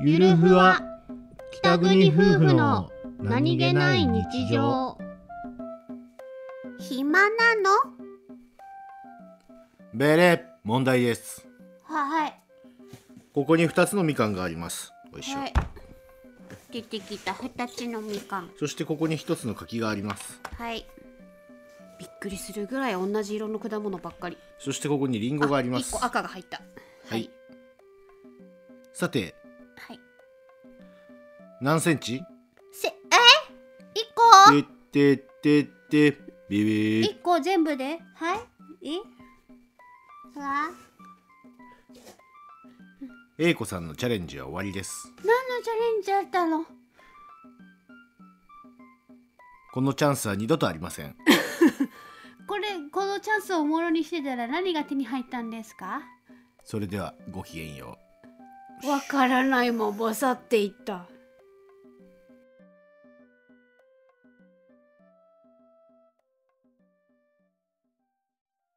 ゆるふわ北国夫婦の暇なのベレ問題ですはいここに二つのみかんがありますおいしょ、はい出てきた二つのみかんそしてここに一つの柿がありますはいびっくりするぐらい同じ色の果物ばっかりそしてここにリンゴがあります一個赤が入ったはいさてはい何センチせえ一個てってってってビビ一ー個全部ではいえうわ A 子さんのチャレンジは終わりです何のチャレンジだったのこのチャンスは二度とありませんこれこのチャンスをもろにしてたら何が手に入ったんですかそれではごきげんようわからないまま去っていった